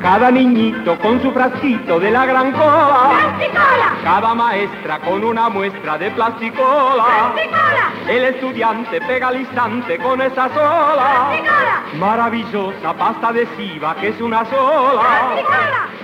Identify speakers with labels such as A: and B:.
A: Cada niñito con su frasquito de la gran cola.
B: ¡Plasticola!
A: Cada maestra con una muestra de plasticola.
B: ¡Plasticola!
A: El estudiante pega al instante con esa sola.
B: ¡Plasticola!
A: Maravillosa pasta adhesiva que es una sola.
B: ¡Plasticola!